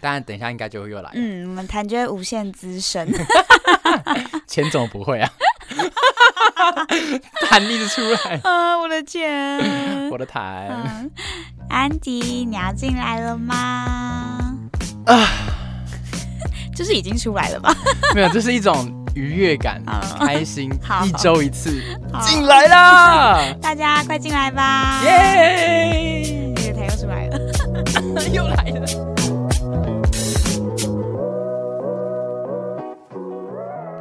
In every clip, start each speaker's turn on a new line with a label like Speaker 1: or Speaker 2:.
Speaker 1: 当然等一下应该就会又来了。
Speaker 2: 嗯，我们谭就会无限 资深。
Speaker 1: 钱总不 会啊，弹力就出来，
Speaker 2: 啊，我的天！
Speaker 1: 我的弹。
Speaker 2: 嗯，安迪，你要进来了吗？啊， 就是已经出来了吧？
Speaker 1: 没有，这是一种愉悦感
Speaker 2: 啊，
Speaker 1: 开心
Speaker 2: 好，
Speaker 1: 一周一次
Speaker 2: 好
Speaker 1: 进来啦，
Speaker 2: 大家快进来吧！
Speaker 1: 耶！
Speaker 2: 这个台又出来了。
Speaker 1: 又来了。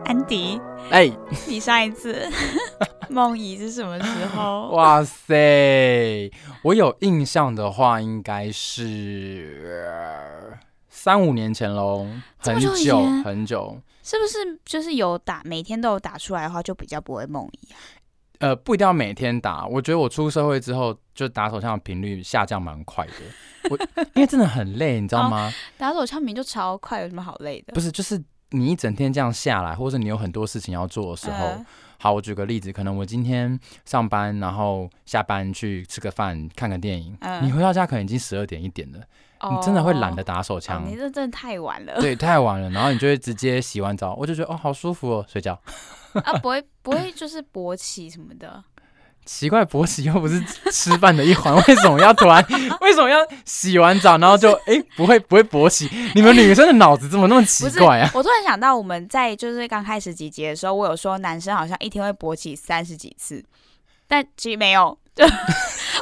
Speaker 2: 安迪，
Speaker 1: 哎，
Speaker 2: 你上一次 梦遗是什么时候？
Speaker 1: 哇塞！我有印象的话，应该是三五年前喽，
Speaker 2: 这
Speaker 1: 很
Speaker 2: 么久以
Speaker 1: 久
Speaker 2: 前
Speaker 1: 很久。
Speaker 2: 是不是就是有打，每天都有打出来的话，就比较不会梦遗啊？
Speaker 1: 呃，不一定要每天打。我觉得我出社会之后，就打手枪的频率下降蛮快的。我因为真的很累，你知
Speaker 2: 哦
Speaker 1: 道吗？
Speaker 2: 打手枪明明就超快，有什么好累的？
Speaker 1: 不是，就是你一整天这样下来，或者你有很多事情要做的时候，
Speaker 2: 嗯
Speaker 1: 好，我举个例子，可能我今天上班，然后下班去吃个饭、看个电影，
Speaker 2: 嗯
Speaker 1: 你回到家可能已经十二点一点了，
Speaker 2: 哦
Speaker 1: 你真的会懒得打手
Speaker 2: 哦
Speaker 1: 枪。
Speaker 2: 你这真的太晚 了
Speaker 1: 对，太晚了，然后你就会直接洗完澡，我就觉得哦，好舒服哦，睡觉。
Speaker 2: 啊！不会不会，就是勃起什么 的。
Speaker 1: 奇怪，勃起又不是吃饭的一环， 为什么要突然？为什么要洗完澡然后就哎、不会不会勃起？你们女生的脑子怎么那么奇
Speaker 2: 不是
Speaker 1: 怪 啊？
Speaker 2: 我突然想到，我们在就是刚开始几集的时候，我有说男生好像一天会勃起三十几次，但其实没有。 就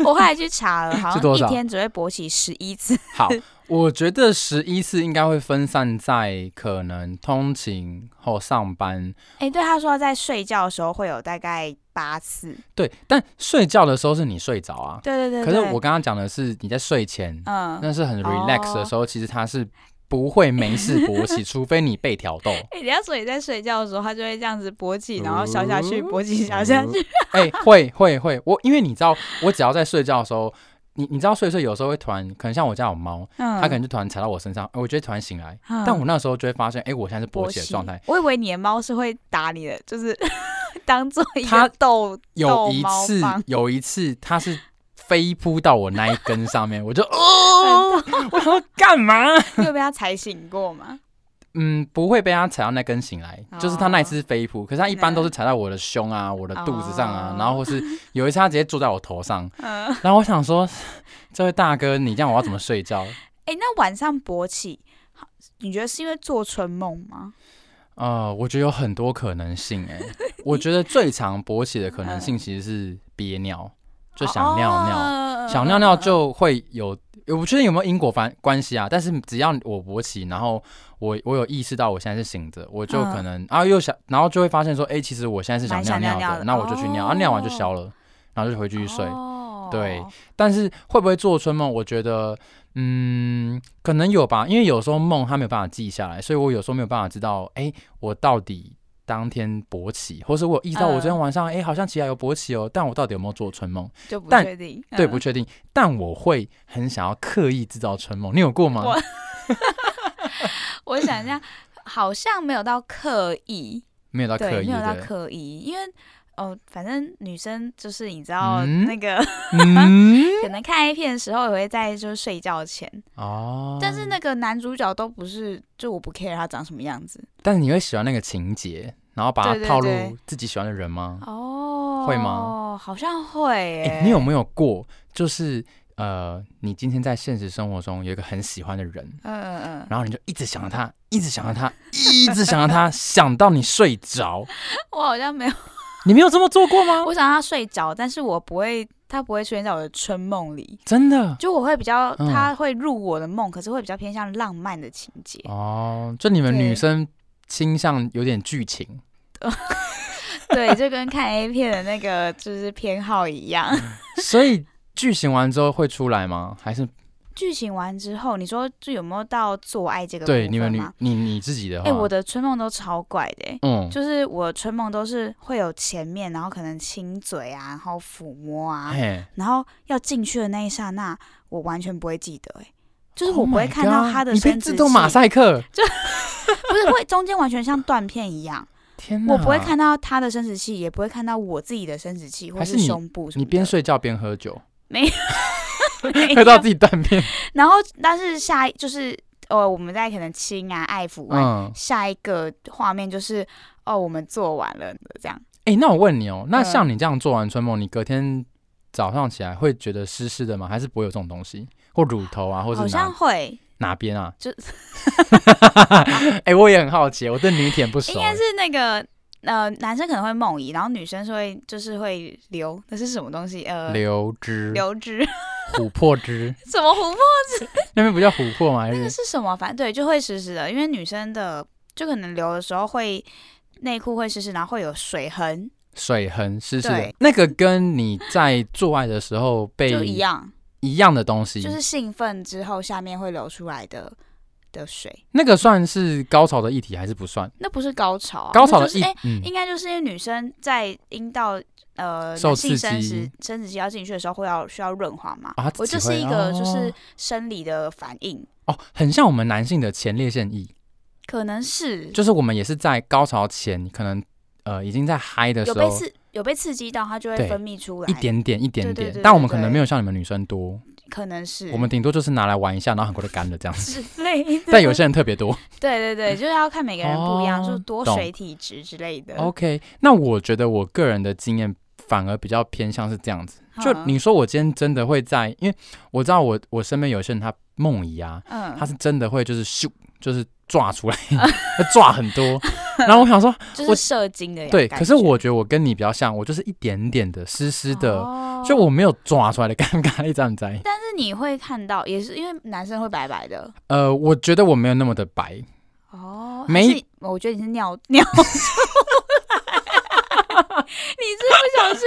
Speaker 2: 我后来去查了，好
Speaker 1: 是多
Speaker 2: 像一
Speaker 1: 少
Speaker 2: 天只会勃起十一次。
Speaker 1: 好，我觉得十一次应该会分散在可能通勤后上班，
Speaker 2: 哎、对，他说在睡觉的时候会有大概八次。
Speaker 1: 对，但睡觉的时候是你睡着啊。
Speaker 2: 对对对
Speaker 1: 可
Speaker 2: 对
Speaker 1: 是我刚刚讲的是你在睡前，
Speaker 2: 嗯，
Speaker 1: 那是很 relax 的时候，其实它是不会没事勃 起，除非你被挑逗。
Speaker 2: 哎、人家说你在睡觉的时候，他就会这样子勃起，然后消下去，
Speaker 1: 哦
Speaker 2: 勃起消下 去。
Speaker 1: 哎、会会会，我因为你知道，我只要在睡觉的时候，你你知道睡睡有时候会突然，可能像我家有猫，
Speaker 2: 嗯，
Speaker 1: 哦它可能就突然踩到我身上，哎我就会突然醒来，
Speaker 2: 嗯
Speaker 1: 但我那时候就会发现，哎、我现在是勃起的状态。。
Speaker 2: 我以为你的猫是会打你的，就是 当做一
Speaker 1: 它
Speaker 2: 个逗。
Speaker 1: 有
Speaker 2: 逗
Speaker 1: 一
Speaker 2: 猫
Speaker 1: 次
Speaker 2: 棒，
Speaker 1: 有一次它是飞扑到我那一根上面， 我就哦，我想说干嘛？
Speaker 2: 你有被它踩醒过吗？
Speaker 1: 嗯，不会被它踩到那根醒来，就是它那一次是飞扑，可是它一般都是踩到我的胸啊、我的肚子上啊
Speaker 2: 哦
Speaker 1: 然后或是有一次它直接坐在我头上，
Speaker 2: 嗯。
Speaker 1: 然后我想说，这位大哥，你这样我要怎么睡觉？
Speaker 2: 哎、那晚上勃起，好你觉得是因为做春梦吗？
Speaker 1: 呃，我觉得有很多可能性哎、我觉得最常勃起的可能
Speaker 2: 嗯
Speaker 1: 性其实是憋尿，就想尿尿，
Speaker 2: 尿
Speaker 1: 想尿尿
Speaker 2: 哦
Speaker 1: 就会有，我不确定有没有因果关关系啊。但是只要我勃起，然后我我有意识到我现在是醒着，我就可能、啊又想，然后就会发现说，哎、其实我现在是想
Speaker 2: 嗯蛮想
Speaker 1: 尿
Speaker 2: 尿尿
Speaker 1: 的，
Speaker 2: 的
Speaker 1: 那我就去尿，啊
Speaker 2: 哦
Speaker 1: 尿完就消了，然后就回去睡。
Speaker 2: 哦
Speaker 1: 对但是会不会做春梦？我觉得，嗯，可能有吧，因为有时候梦它没有办法记下来，所以我有时候没有办法知道，哎、我到底当天勃起，或是我有意识到我昨天晚上，
Speaker 2: 嗯
Speaker 1: 哎、好像起来有勃起哦，但我到底有没有做春梦？
Speaker 2: 就不
Speaker 1: 但
Speaker 2: 确定，
Speaker 1: 对，不
Speaker 2: 嗯？
Speaker 1: 确定。但我会很想要刻意制造春梦，你有过吗？
Speaker 2: 我我想一下，好像没有到刻意，
Speaker 1: 没有到啊刻
Speaker 2: 对，
Speaker 1: 意，
Speaker 2: 没有到
Speaker 1: 对不对
Speaker 2: 刻意，因为哦，反正女生就是你知道、
Speaker 1: 嗯
Speaker 2: 那个，
Speaker 1: 嗯，
Speaker 2: 可能看 A 片的时候也会在就是睡觉前，
Speaker 1: 哦，
Speaker 2: 但是，那个男主角都不是，就我不 care 他长什么样子
Speaker 1: 但是你会喜欢那个情节，然后把它
Speaker 2: 对对
Speaker 1: 套入
Speaker 2: 对
Speaker 1: 自己喜欢的人吗？
Speaker 2: 哦，
Speaker 1: 会吗？
Speaker 2: 好像会、欸
Speaker 1: 欸你有没有过，就是呃，你今天在现实生活中有一个很喜欢的人，
Speaker 2: 嗯嗯嗯，
Speaker 1: 然后你就一直想着他，一直想着他，一直想着他，想到你睡着，
Speaker 2: 我好像没 有，
Speaker 1: 你没有这么做过吗？
Speaker 2: 我想让他睡着，但是我不会，他不会出现在我的春梦里。
Speaker 1: 真的
Speaker 2: 就我会比较，
Speaker 1: 嗯
Speaker 2: 他会入我的梦，可是会比较偏向浪漫的情节。
Speaker 1: 哦，就你们女
Speaker 2: 对
Speaker 1: 生倾向有点剧情，
Speaker 2: 对，就跟看 A 片的那个就是偏好一样。
Speaker 1: 嗯所以剧情完之后会出来吗？还是
Speaker 2: 剧情完之后，你说就有没有到做爱这个
Speaker 1: 对
Speaker 2: 部
Speaker 1: 你们
Speaker 2: 分
Speaker 1: 女啊
Speaker 2: 吗？
Speaker 1: 你你自己的
Speaker 2: 哎、
Speaker 1: 话？
Speaker 2: 我的春梦都超怪的、欸。
Speaker 1: 嗯，
Speaker 2: 就是我春梦都是会有前面，然后可能亲嘴啊，然后抚摸啊，
Speaker 1: 嘿，
Speaker 2: 然后要进去的那一刹那，我完全不会记得、欸，就是我
Speaker 1: Oh
Speaker 2: 不会
Speaker 1: my
Speaker 2: 看到
Speaker 1: God，
Speaker 2: 他的
Speaker 1: 你被
Speaker 2: 生殖
Speaker 1: 自动马
Speaker 2: 器
Speaker 1: 赛克，
Speaker 2: 不是会中间完全像断片一样，
Speaker 1: 天哪！
Speaker 2: 我不会，看到他的生殖器，也不会看到我自己的生殖器或
Speaker 1: 还是你
Speaker 2: 胸部什么
Speaker 1: 你
Speaker 2: 的
Speaker 1: 边睡觉边喝酒，
Speaker 2: 没有没有
Speaker 1: 喝到自己断片。
Speaker 2: 然后但是下一就是哦，我们在可能亲啊、爱抚完，
Speaker 1: 嗯，
Speaker 2: 下一个画面就是哦，我们做完了这样。
Speaker 1: 哎、那我问你哦，那
Speaker 2: 嗯
Speaker 1: 像你这样做完春梦，你隔天早上起来会觉得湿湿的吗？还是不会有这种东西？或乳头啊，或
Speaker 2: 好
Speaker 1: 者
Speaker 2: 像
Speaker 1: 哪
Speaker 2: 会，
Speaker 1: 哪边啊？
Speaker 2: 就
Speaker 1: 哎、我也很好奇，我对女体很不熟
Speaker 2: 应。该是那个呃，男生可能会梦遗，然后女生是会就是会流，那是什么东西？呃，
Speaker 1: 流汁、
Speaker 2: 流汁，
Speaker 1: 琥珀汁，
Speaker 2: 什么琥珀？
Speaker 1: 那边不叫琥珀吗？还
Speaker 2: 那个
Speaker 1: 是
Speaker 2: 是什么？反正对，就会湿湿的，因为女生的就可能流的时候会内裤会湿湿，然后会有水痕，
Speaker 1: 水痕湿湿的
Speaker 2: 对？
Speaker 1: 那个跟你在做爱的时候被
Speaker 2: 就一样，
Speaker 1: 一样的东西，
Speaker 2: 就是兴奋之后下面会流出来的的水，
Speaker 1: 那个算是高潮的议题还是不算？
Speaker 2: 那不是高潮啊，
Speaker 1: 高潮
Speaker 2: 哦
Speaker 1: 的
Speaker 2: 那就是
Speaker 1: 议
Speaker 2: 哎、
Speaker 1: 嗯，
Speaker 2: 应该就是因为女生在阴道呃
Speaker 1: 受
Speaker 2: 男性
Speaker 1: 刺
Speaker 2: 生
Speaker 1: 激
Speaker 2: 殖生殖器要进去的时候会要需要润滑嘛，
Speaker 1: 啊它
Speaker 2: 我
Speaker 1: 只
Speaker 2: 这是
Speaker 1: 会
Speaker 2: 一个就
Speaker 1: 哦
Speaker 2: 是生理的反应，
Speaker 1: 哦，很像我们男性的前列腺液，
Speaker 2: 可能是
Speaker 1: 就是我们也是在高潮前，可能呃已经在嗨的时
Speaker 2: 有被
Speaker 1: 候，
Speaker 2: 刺有被刺激到，它就会
Speaker 1: 对
Speaker 2: 分泌出来，
Speaker 1: 一点点一点
Speaker 2: 对对
Speaker 1: 点
Speaker 2: 对，
Speaker 1: 但我
Speaker 2: 对
Speaker 1: 们可能
Speaker 2: 对
Speaker 1: 没有像你们女生多，
Speaker 2: 可能是
Speaker 1: 我们顶多就是拿来玩一下，然后很快就干了 这样子。
Speaker 2: 之类的，
Speaker 1: 但有些人特别 多。
Speaker 2: 对对对，就是要看每个人不一样，
Speaker 1: 哦
Speaker 2: 就是多
Speaker 1: 懂哦
Speaker 2: 水体质之类的。
Speaker 1: OK，那我觉得我个人的经验反而比较偏向是这样子，就
Speaker 2: 嗯
Speaker 1: 你说我今天真的会在，因为我知道我我身边有些人他梦遗啊，
Speaker 2: 嗯，
Speaker 1: 他是真的会就是咻，就是抓 出来，他抓很多。然后我想说，
Speaker 2: 就
Speaker 1: 我
Speaker 2: 是射精的
Speaker 1: 对，
Speaker 2: 感
Speaker 1: 可是
Speaker 2: 觉
Speaker 1: 我觉得我跟你比较像，我就是一点点的湿湿的，
Speaker 2: 哦
Speaker 1: 就我没有抓出来的尴尬，你知不知道？
Speaker 2: 但是你会看到，也是因为男生会白白的
Speaker 1: 呃，我觉得我没有那么的白，
Speaker 2: 哦，
Speaker 1: 没
Speaker 2: 还是，我觉得你是尿 尿出来，你是不小心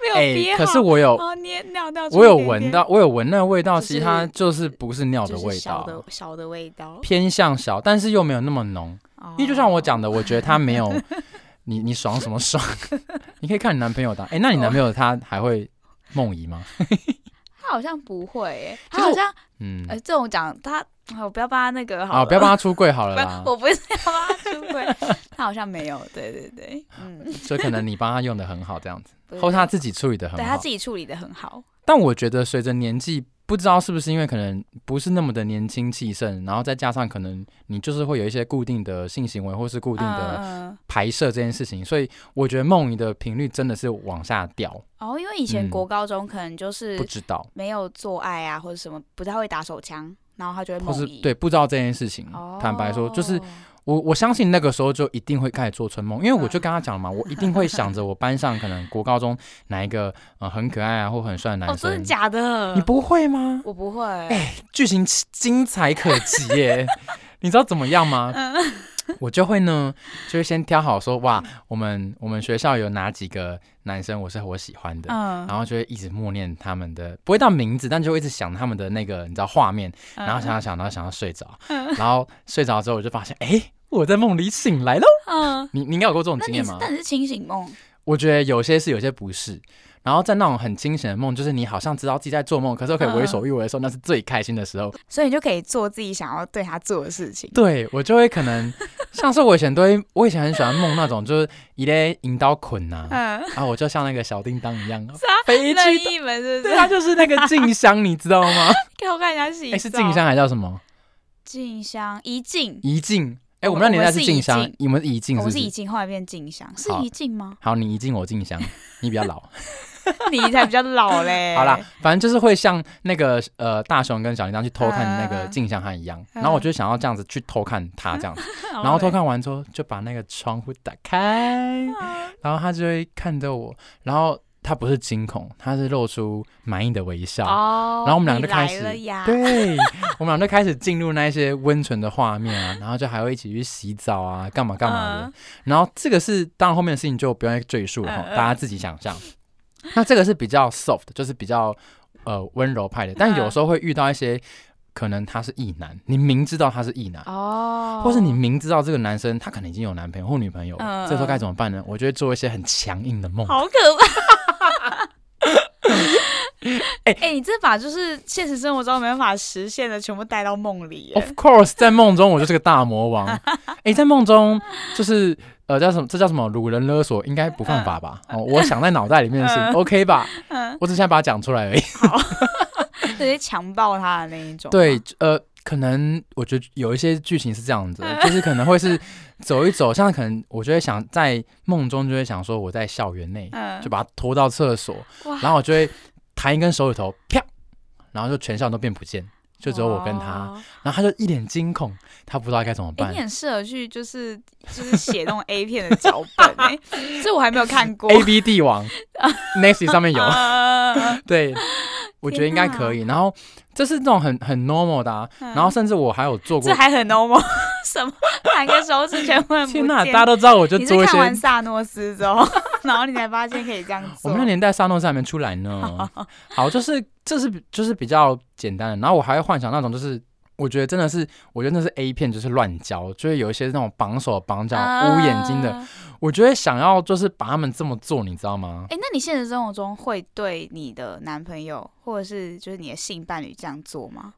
Speaker 2: 没有憋好，
Speaker 1: 哎可是我有
Speaker 2: 哦，你也尿尿出
Speaker 1: 我有
Speaker 2: 一点
Speaker 1: 闻
Speaker 2: 点
Speaker 1: 到，我有闻那个味道，
Speaker 2: 就
Speaker 1: 其实它
Speaker 2: 是
Speaker 1: 就是不是尿的
Speaker 2: 就是
Speaker 1: 味
Speaker 2: 小
Speaker 1: 道，
Speaker 2: 的小的味道，
Speaker 1: 偏向小，但是又没有那么浓。
Speaker 2: 哦
Speaker 1: 因为就像我讲的，我觉得他没 有你你爽什么爽， 你可以看你男朋友的啊。哎、那
Speaker 2: 哦
Speaker 1: 你男朋友他还会梦遗吗？
Speaker 2: 他好像不会耶，
Speaker 1: 其
Speaker 2: 他
Speaker 1: 实
Speaker 2: 好
Speaker 1: 我
Speaker 2: 像
Speaker 1: 嗯，
Speaker 2: 呃这种讲他，好我不要帮他那个好
Speaker 1: 啊，
Speaker 2: 了，
Speaker 1: 不要帮他出柜好了
Speaker 2: 不
Speaker 1: 啦
Speaker 2: 要，，我不是要帮他出轨， 他好像没有，对对对，嗯，
Speaker 1: 所以可能你帮他用的很好这样子，
Speaker 2: 不是
Speaker 1: 或是他自己处理的很
Speaker 2: 对
Speaker 1: 好
Speaker 2: 他。自己处理的很好，
Speaker 1: 但我觉得随着年纪，不知道是不是因为可能不是那么的年轻气盛，然后再加上可能你就是会有一些固定的性行为或是固定的
Speaker 2: 嗯。嗯
Speaker 1: 拍摄这件事情，所以我觉得梦遗的频率真的是往下掉，
Speaker 2: 哦，因为以前
Speaker 1: 嗯
Speaker 2: 国高中可能就是
Speaker 1: 不知道，
Speaker 2: 没有做爱啊，或者什么不太会打手枪，然后他就会
Speaker 1: 或是
Speaker 2: 梦遗。
Speaker 1: 对不知道这件事情。
Speaker 2: 哦，
Speaker 1: 坦白说，就是我我相信那个时候就一定会开始做春梦，因为我就
Speaker 2: 嗯
Speaker 1: 跟他讲嘛，我一定会想着我班上可能国高中哪一个呃很可爱啊或很帅的
Speaker 2: 哦，
Speaker 1: 男
Speaker 2: 真的
Speaker 1: 生，
Speaker 2: 假的？
Speaker 1: 你不哎会吗？
Speaker 2: 我不会。
Speaker 1: 剧情精精彩可及 耶！你知道怎么样吗？
Speaker 2: 嗯
Speaker 1: 我就会呢，就会先挑好说哇，我们我们学校有哪几个男生我是我喜欢的，
Speaker 2: 嗯，
Speaker 1: 然后就会一直默念他们的，不会到名字，但就会一直想他们的那个你知道画面，
Speaker 2: 嗯
Speaker 1: 然后想想想，然后想要睡着，然后睡着之后我就发现，哎、我在梦里醒来了。
Speaker 2: 嗯，
Speaker 1: 你你应该有过这种
Speaker 2: 那
Speaker 1: 经
Speaker 2: 你
Speaker 1: 验
Speaker 2: 是
Speaker 1: 吗？
Speaker 2: 但你是清醒梦，
Speaker 1: 我觉得有些是，有些不是。然后在那种很清醒的梦，就是你好像知道自己在做梦，可是又
Speaker 2: 嗯
Speaker 1: 可以为所欲为的时候，那是最开心的时候。
Speaker 2: 所以你就可以做自己想要对他做的事情。
Speaker 1: 对我就会可 能，像是我以前都会，我以前很喜欢梦那种，就是一类引导捆呐、啊，
Speaker 2: 嗯，
Speaker 1: 啊，我就像那个小叮当一样，飞
Speaker 2: 任
Speaker 1: 去。
Speaker 2: 意门是不
Speaker 1: 对，
Speaker 2: 是？
Speaker 1: 它就是那个静香，你知道吗？
Speaker 2: 给我看人家洗
Speaker 1: 哎、
Speaker 2: 澡。
Speaker 1: 是静香还叫什么？
Speaker 2: 静香，一静，
Speaker 1: 怡静。哎、
Speaker 2: 我
Speaker 1: 我们那年代
Speaker 2: 我们是
Speaker 1: 静
Speaker 2: 怡
Speaker 1: 香
Speaker 2: 静，
Speaker 1: 你们是怡静
Speaker 2: 我
Speaker 1: 是不
Speaker 2: 是一
Speaker 1: 是？
Speaker 2: 静，后来变静香，是
Speaker 1: 好？
Speaker 2: 一静吗
Speaker 1: 好，你怡静，我静香， 你比较老。
Speaker 2: 你才比较老 嘞。
Speaker 1: 好啦，，反正就是会像那个呃大雄跟小铃铛去偷看那
Speaker 2: 嗯嗯
Speaker 1: 个
Speaker 2: 嗯
Speaker 1: 静香汉一样，
Speaker 2: 嗯
Speaker 1: 然后我就想要这样子去偷看他这样子，
Speaker 2: 然
Speaker 1: 然后偷看完之后就把那个窗户打 开，
Speaker 2: 啊
Speaker 1: 然后他就会看着我，然后他不是惊恐，他是露出满意的微笑。
Speaker 2: 哦，
Speaker 1: 然后我们两个
Speaker 2: 你
Speaker 1: 就开
Speaker 2: 来
Speaker 1: 始
Speaker 2: 了呀。
Speaker 1: 对，我们俩就开始进入那些温存的画面 啊，然后就还会一起去洗澡啊，干嘛干嘛的。
Speaker 2: 嗯
Speaker 1: 然后这个是当然后面的事情就不用再赘述了哈，
Speaker 2: 嗯嗯
Speaker 1: 大家自己想象。那这个是比较 soft，就是比较呃温柔派的，但有时候会遇到一些可能他是异男，你明知道他是异男。
Speaker 2: 哦，
Speaker 1: 或是你明知道这个男生他可能已经有男朋友或女朋友了，
Speaker 2: 嗯嗯
Speaker 1: 这时候该怎么办呢？我就会做一些很强硬的梦。
Speaker 2: 好可怕！ 哎、你这把就是现实生活中没办法实现的，全部带到梦里耶。
Speaker 1: Of course，在梦中我就是个大魔 王。哎、在梦中就是呃叫什么？这叫什么？掳人勒索应该不犯法吧？哦，我想在脑袋里面的事情、
Speaker 2: 嗯
Speaker 1: OK 吧？
Speaker 2: 嗯，
Speaker 1: 我只想把它讲出来而已。
Speaker 2: 直接强暴他的那一 种。
Speaker 1: 对，，呃，可能我觉得有一些剧情是这样
Speaker 2: 嗯
Speaker 1: 子的，就是可能会是走一走，像可能我就会想在梦中就会想说我在校园内，
Speaker 2: 嗯
Speaker 1: 就，把它拖到厕所，
Speaker 2: 哇
Speaker 1: 然后我就会弹一根手指头，啪，然后就全校都变不见，就只有我跟他，
Speaker 2: 哇。哦
Speaker 1: 然后他就一脸惊恐，他不知道该怎么
Speaker 2: 哎、
Speaker 1: 办
Speaker 2: 你。很适合去就是就是写那种 A 片的脚本 哎、这我还没有看 过。
Speaker 1: A B 帝王，Nexi 上哎面有，
Speaker 2: 啊
Speaker 1: 对，我觉得应该可以。然后这是那种很很 normal 的、啊，
Speaker 2: 嗯
Speaker 1: 然后甚至我还有做过
Speaker 2: 这，还很 normal，什 么哪个手指全部很不
Speaker 1: 天
Speaker 2: 见？
Speaker 1: 哪，大家都知道我就
Speaker 2: 你是
Speaker 1: 做一
Speaker 2: 看
Speaker 1: 些
Speaker 2: 完，萨诺斯之后， 然后你才发现可以这样
Speaker 1: 我
Speaker 2: 做。呃
Speaker 1: 们那年代沙诺斯还没出来 呢。好，就是这是就是比较简单的，然后我还会幻想那种就是。我觉得真的是，我觉得那是 A 片，就是乱交，就是有一些那种绑手绑脚、
Speaker 2: 啊
Speaker 1: 捂眼睛的，我觉得想要就是把他们这么做，你知道吗？
Speaker 2: 哎、那你现实生活中会对你的男朋友或者是就是你的性伴侣这样做吗？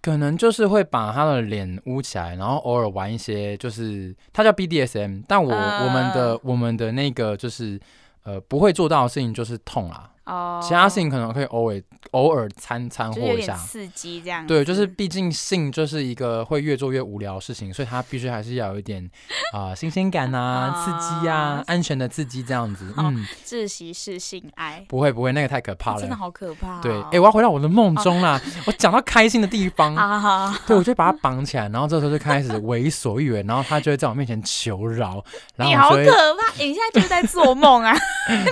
Speaker 1: 可能就是会把他的脸捂起来，然后偶尔玩一些，就是它叫 BDSM，但我、
Speaker 2: 嗯
Speaker 1: 我们的我们的那个就是呃不会做到的事情就是痛啦，
Speaker 2: 哦，
Speaker 1: 其他事情可能可以偶尔偶尔掺掺
Speaker 2: 就
Speaker 1: 和
Speaker 2: 是有
Speaker 1: 一
Speaker 2: 点
Speaker 1: 下。
Speaker 2: 刺激这样子。
Speaker 1: 对，就是毕竟性就是一个会越做越无聊的事情，所以它必须还是要有一点啊、新鲜感啊、刺激啊
Speaker 2: 啊、
Speaker 1: 安全的刺激这样子。
Speaker 2: 好
Speaker 1: 嗯，
Speaker 2: 窒息式性爱，
Speaker 1: 不会不会，那个太可怕
Speaker 2: 哦真的
Speaker 1: 了。
Speaker 2: 好可怕、哦。
Speaker 1: 对，哎、我要回到我的梦中啦，我讲到开心的地方。
Speaker 2: 啊好好好，
Speaker 1: 对，我就把他绑起来，然后这时候就开始为所欲为，然后他就会在我面前求饶，然
Speaker 2: 你
Speaker 1: 后
Speaker 2: 好
Speaker 1: 我就会，
Speaker 2: 可怕！你现在就是在做梦 啊，